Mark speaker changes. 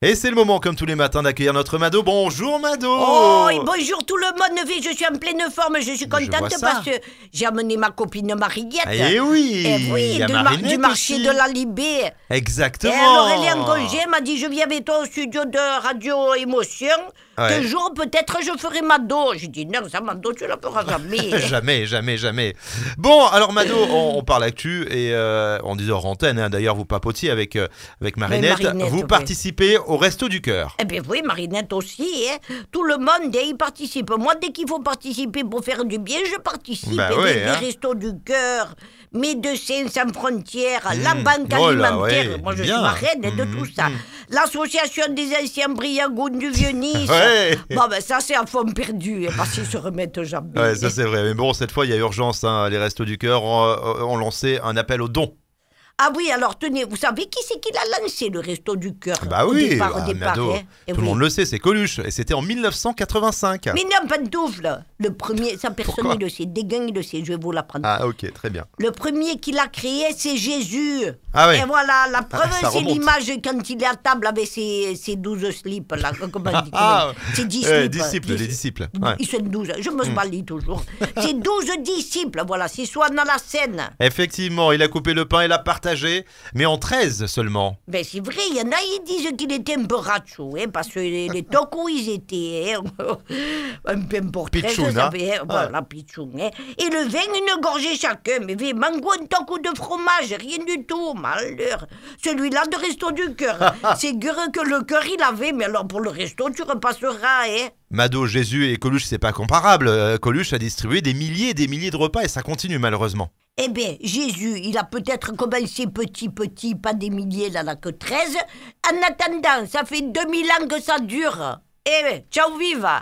Speaker 1: Et c'est le moment, comme tous les matins, d'accueillir notre Mado. Bonjour Mado
Speaker 2: Oh, et bonjour tout le monde, vie, je suis en pleine forme, je suis contente
Speaker 1: vois ça.
Speaker 2: parce que j'ai amené ma copine Mariette.
Speaker 1: Eh oui
Speaker 2: Eh oui,
Speaker 1: il y a
Speaker 2: du, mar-
Speaker 1: Marinette
Speaker 2: du marché
Speaker 1: aussi.
Speaker 2: de la Libé. Et
Speaker 1: Exactement
Speaker 2: alors elle est en congé, elle m'a dit je viens avec toi au studio de Radio Émotion.
Speaker 1: Ouais.
Speaker 2: Deux jours peut-être je ferai Mado. J'ai dit non, ça Mado tu la feras jamais.
Speaker 1: Jamais, jamais, jamais. Bon, alors Mado, on, on parle actu et euh, on disait hors antenne, hein, d'ailleurs vous papotiez avec, euh, avec Marinette,
Speaker 2: Marinette,
Speaker 1: vous
Speaker 2: oui.
Speaker 1: participez au Resto du Cœur.
Speaker 2: Eh bien oui, Marinette aussi, hein. tout le monde eh, y participe. Moi, dès qu'il faut participer pour faire du bien, je participe.
Speaker 1: Bah
Speaker 2: Eh bien,
Speaker 1: oui,
Speaker 2: des
Speaker 1: hein.
Speaker 2: Restos du Cœur, Médecins sans frontières, la Banque
Speaker 1: Oh là,
Speaker 2: alimentaire,
Speaker 1: ouais,
Speaker 2: moi je
Speaker 1: bien.
Speaker 2: suis ma reine de
Speaker 1: Mhm,
Speaker 2: tout ça, l'Association des anciens briagounes du Vieux-Nice.
Speaker 1: Ouais.
Speaker 2: Bon, ben ça c'est à fond perdu, hein, parce qu'ils se remettent jamais.
Speaker 1: Ouais, ça c'est vrai. Mais bon, cette fois, il y a urgence. hein. Les Restos du Cœur ont, euh, ont lancé un appel aux dons.
Speaker 2: Ah oui, alors tenez, vous savez qui c'est qui l'a lancé, le Resto du Cœur
Speaker 1: Bah
Speaker 2: au
Speaker 1: oui,
Speaker 2: départ, au
Speaker 1: bah,
Speaker 2: départ,
Speaker 1: Mado,
Speaker 2: hein Eh
Speaker 1: tout le
Speaker 2: oui.
Speaker 1: monde le sait, c'est Coluche. Et c'était en 1985.
Speaker 2: Mais non, pantoufle Le premier, ça personne
Speaker 1: Pourquoi
Speaker 2: ne le sait, dégain il le sait, je vais vous l'apprendre.
Speaker 1: Ah ok, très bien.
Speaker 2: Le premier qui l'a créé, c'est Jésus.
Speaker 1: Ah oui.
Speaker 2: Et voilà, la preuve,
Speaker 1: ça
Speaker 2: c'est
Speaker 1: remonte.
Speaker 2: l'image quand il est à table avec ses, ses douze slips. Là. Comment on dit
Speaker 1: Ah,
Speaker 2: Ses dix
Speaker 1: euh,
Speaker 2: slips.
Speaker 1: disciples,
Speaker 2: Dix-
Speaker 1: les disciples. ouais. Hmm.
Speaker 2: Ils sont douze, je me spalie toujours. C'est douze disciples, voilà, c'est soit dans la scène.
Speaker 1: Effectivement, il a coupé le pain et l'a partagé, mais en 13 seulement.
Speaker 2: Ben c'est vrai, il y en a, ils disent qu'il était un peu rachou, hein, parce que les, les tocs où ils étaient, hein, un peu important.
Speaker 1: Pitchoun, hein.
Speaker 2: Voilà, pitchoun, hein. Et le vin, une gorgée chacun, mais vi- mango, un toc ou de fromage, rien du tout, malheur. Celui-là de resto du cœur, hein. c'est gueux que le cœur il avait, mais alors pour le resto, tu repasseras, hein.
Speaker 1: Mado, Jésus et Coluche, c'est pas comparable. Euh, Coluche a distribué des milliers et des milliers de repas et ça continue malheureusement.
Speaker 2: Eh bien, Jésus, il a peut-être commencé petit, petit, pas des milliers, là, là, que 13. En attendant, ça fait 2000 ans que ça dure. Eh, ciao, viva